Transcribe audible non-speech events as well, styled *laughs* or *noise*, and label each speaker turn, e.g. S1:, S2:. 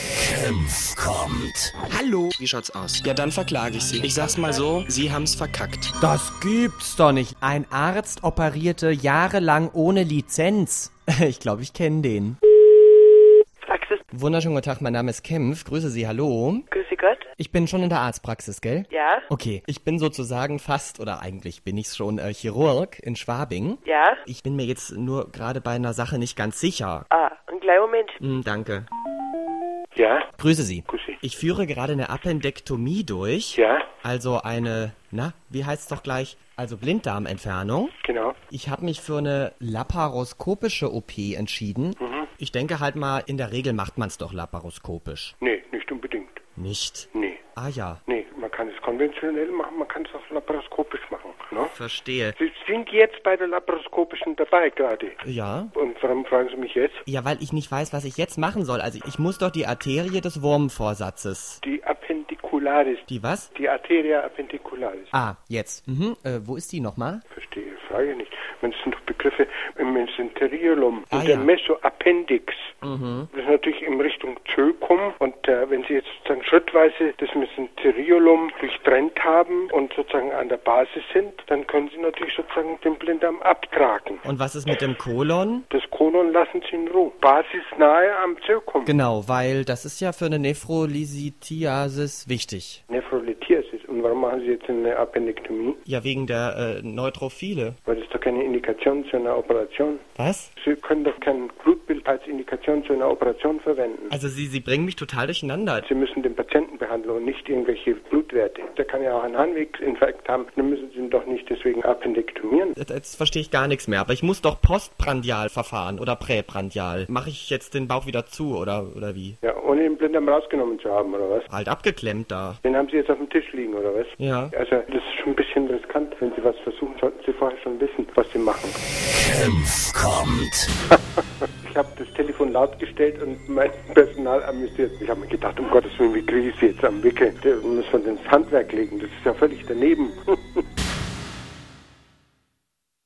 S1: Senf kommt.
S2: Hallo. Wie schaut's aus? Ja, dann verklage ich Sie. Ich sag's mal so, Sie haben's verkackt.
S3: Das gibt's doch nicht. Ein Arzt operierte jahrelang ohne Lizenz. *laughs* Ich glaube, ich kenne den.
S4: Praxis,
S3: Wunderschönen guten Tag, mein Name ist Kempf. Grüße Sie, hallo.
S4: grüße Gott.
S3: Ich bin schon in der Arztpraxis, gell?
S4: Ja,
S3: Okay, ich bin sozusagen fast, oder eigentlich bin ich schon, äh, Chirurg in Schwabing.
S4: ja.
S3: Ich bin mir jetzt nur gerade bei einer Sache nicht ganz sicher.
S4: Ah, ein kleiner Moment.
S3: Hm, danke.
S5: Ja,
S3: Grüße Sie.
S5: Grüße.
S3: Ich führe gerade eine Appendektomie durch.
S5: Ja.
S3: Also eine, na, wie heißt's doch gleich? Also Blinddarmentfernung.
S5: genau.
S3: Ich habe mich für eine laparoskopische OP entschieden.
S5: Mhm.
S3: Ich denke halt mal, in der Regel macht man's doch laparoskopisch.
S5: Nee, nicht unbedingt.
S3: Nicht?
S5: Nee.
S3: Ah ja,
S5: Nee, man kann es konventionell machen, man kann es auch laparoskopisch machen. Ne?
S3: verstehe.
S5: Sie sind jetzt bei der laparoskopischen dabei gerade.
S3: Ja.
S5: Und warum fragen Sie mich jetzt?
S3: Ja, weil ich nicht weiß, was ich jetzt machen soll. Also ich muss doch die Arterie des Wurmvorsatzes.
S5: Die Appendicularis.
S3: Die was?
S5: Die Arteria appendicularis.
S3: Ah, jetzt. Mhm. Äh, wo ist die nochmal?
S5: Verstehe, frage ich nicht. Man das sind doch Begriffe im Mesenteriolum und
S3: Ah,
S5: der
S3: ja. Mhm.
S5: Mesoappendix. Das ist natürlich in Richtung Zökum und äh, wenn Sie jetzt sozusagen schrittweise das Mesenteriolum durchtrennt haben und sozusagen an der Basis sind, dann können Sie natürlich sozusagen den Blinddarm abtragen.
S3: Und was ist mit dem Kolon?
S5: Das Kolon lassen Sie in Ruhe. Basis nahe am Zökum.
S3: Genau, weil das ist ja für eine Nephrolysitiasis wichtig.
S5: Nephrolithiasis. Und warum machen Sie jetzt eine Appendektomie?
S3: Ja, wegen der äh, Neutrophile.
S5: Weil das ist doch keine Indikation zu einer Operation.
S3: Was?
S5: Sie können doch kein Blutbild als Indikation zu einer Operation verwenden.
S3: Also Sie, Sie bringen mich total durcheinander.
S5: Sie müssen den Patienten behandeln und nicht irgendwelche Blutwerte. Der kann ja auch einen Harnwegsinfekt haben. Dann müssen Sie ihn doch nicht deswegen appendektomieren.
S3: Jetzt, jetzt verstehe ich gar nichts mehr, aber ich muss doch postprandial verfahren oder präprandial. Mache ich jetzt den Bauch wieder zu oder, oder wie?
S5: Ja, ohne den Blinddarm rausgenommen zu haben, oder was?
S3: Halt abgeklemmt da.
S5: Den haben Sie jetzt auf dem Tisch liegen, oder was?
S3: Ja.
S5: Also, das ist schon ein bisschen riskant. Wenn Sie was versuchen, sollten Sie vorher schon wissen, was Sie machen.
S1: Senf kommt.
S5: *laughs* Ich habe das Telefon lautgestellt und mein Personal amüsiert. Ich habe mir gedacht, um Gottes Willen, wie kriege ich sie jetzt am Wickel? Da muss man ins Handwerk legen. Das ist ja völlig daneben.